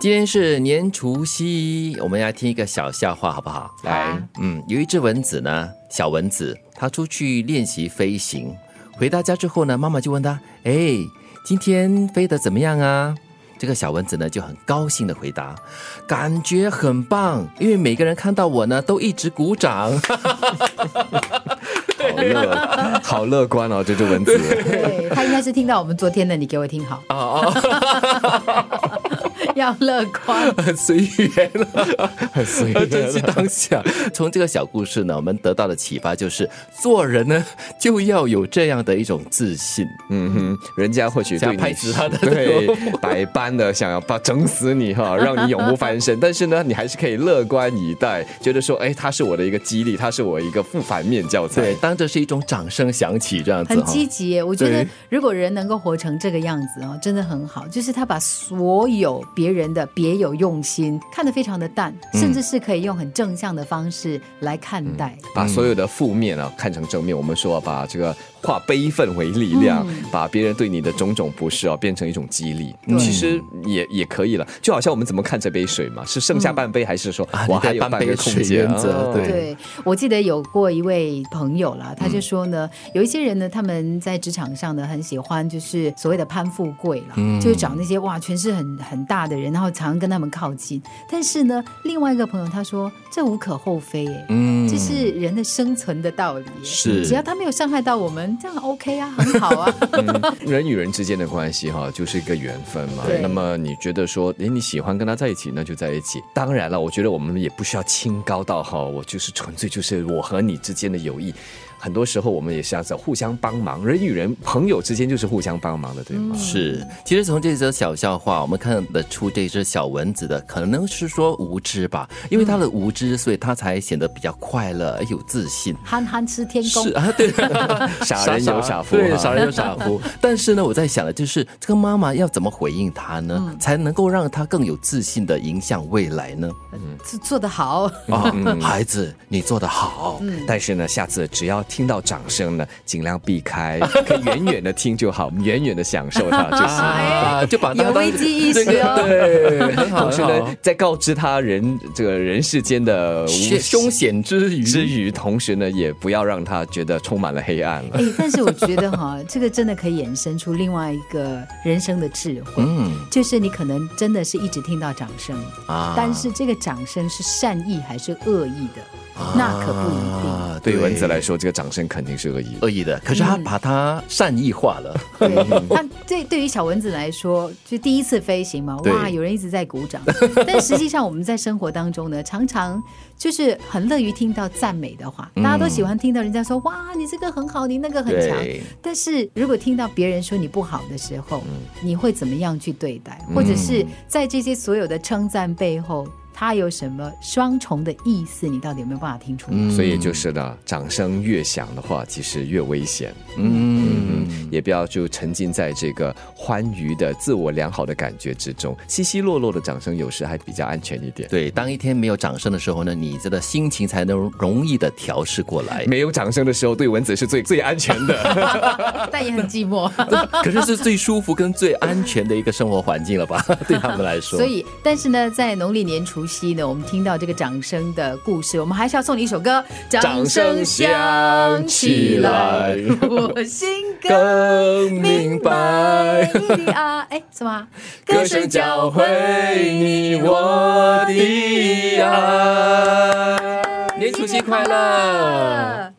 今天是年除夕，我们来听一个小笑话，好不好？来，嗯，有一只蚊子呢，小蚊子，它出去练习飞行，回到家之后呢，妈妈就问它：“哎，今天飞得怎么样啊？”这个小蚊子呢就很高兴的回答：“感觉很棒，因为每个人看到我呢都一直鼓掌。 好乐，好乐观哦，这只 蚊子。对他应该是听到我们昨天的，你给我听好， 要乐观。很随缘了，很随要缘珍惜当下。从这个小故事呢，我们得到的启发就是，做人呢就要有这样的一种自信。嗯哼，人家或许对想你拍死他的对百般的想要把整死你 哈，让你永不翻身。但是呢，你还是可以乐观以待，觉得说，哎，它是我的一个激励，它是我一个副反面教材。对，当这是一种掌声响起，这样子很哈。积极耶，我觉得对如果人能够活成这个样子哦，真的很好。就是他把所有别人的别有用心看得非常的淡，甚至是可以用很正向的方式来看待。把所有的负面啊看成正面。我们说、啊、把这个化悲愤为力量，嗯把别人对你的种种不适啊变成一种激励，对其实也也可以了。就好像我们怎么看这杯水嘛，是剩下半杯，还是说、啊我你的还有半半个杯空水间？原则哦对嗯对，我记得有过一位朋友啦，他就说呢，有一些人呢，他们在职场上呢，很喜欢就是所谓的攀富贵啦，嗯就是找那些哇权势很很大的人，然后常常跟他们靠近。但是呢，另外一个朋友他说，这无可厚非、欸，嗯这是人的生存的道理、欸是只要他没有伤害到我们，这样 OK 啊，很好 啊。人与人之间的关系哈，就是一个缘分嘛对。那么你觉得说，诶，你喜欢跟他在一起，那就在一起。当然了，我觉得我们也不需要清高到哈，我就是纯粹就是我和你之间的友谊。很多时候我们也是这样子，互相帮忙。人与人、朋友之间就是互相帮忙的，嗯对嗯 吗？是，其实从这则小笑话，我们看得出这只小蚊子的可能是说无知吧，因为它的无知，所以它才显得比较快乐，而有自信。憨憨吃天宫是，啊， 对，傻人有傻福对，哈傻人有傻福。 但是呢，我在想的就是，这个妈妈要怎么回应她呢，嗯才能够让她更有自信的影响未来呢？做做 得好。啊，嗯孩子，你做得好。但是呢，下次只要听到掌声呢，尽量避开，可以远远的听就好，远远的享受它就 行。啊，就把它哎有当危机意识这个哦 对，很好，同时很好呢，在告知他人这个人世间的无险凶险之余，之余，同时呢，也不要让他觉得充满了黑暗了。呃哎、但是我觉得哈，这个真的可以衍生出另外一个人生的智慧。嗯就是你可能真的是一直听到掌声，啊但是这个掌声是善意还是恶意的，那可不一定。啊对蚊子来说，这个掌声肯定是恶意。恶意的，可是他把它善意化了。对，它对对于小蚊子来说，就第一次飞行嘛，对哇，有人一直在 鼓掌。但实际上我们在生活当中呢，常常就是很乐于听到赞美的话，大家都喜欢听到人家说哇，你这个很好，你那 个很强。对但是如果听到别人说你不好的时候，嗯你会怎么样去对待？或者是在这些所有的称赞背后，它有什么双重的意思？你到底有没有办法听出嗯来？所以就是呢，掌声越响的话，其实越危险。嗯，嗯，也不要就沉浸在这个欢愉的自我良好的感觉之中，稀稀落落的掌声有时还比较安全一点。对，当一天没有掌声的时候呢，你这个心情才能容易的调试过来。 没有掌声的时候，对蚊子是最最安全 的。但也很寂 寞。可是是最舒服跟最安全的一个生活环境了 吧？对他们来说， 所以，但是呢，在农历年除夕呢，我们听到这个掌声的故事，我们还是要送你一首歌，《掌声响起来我心更更明白你的爱。哎，什么啊？歌声教会你我的爱。年除夕快乐！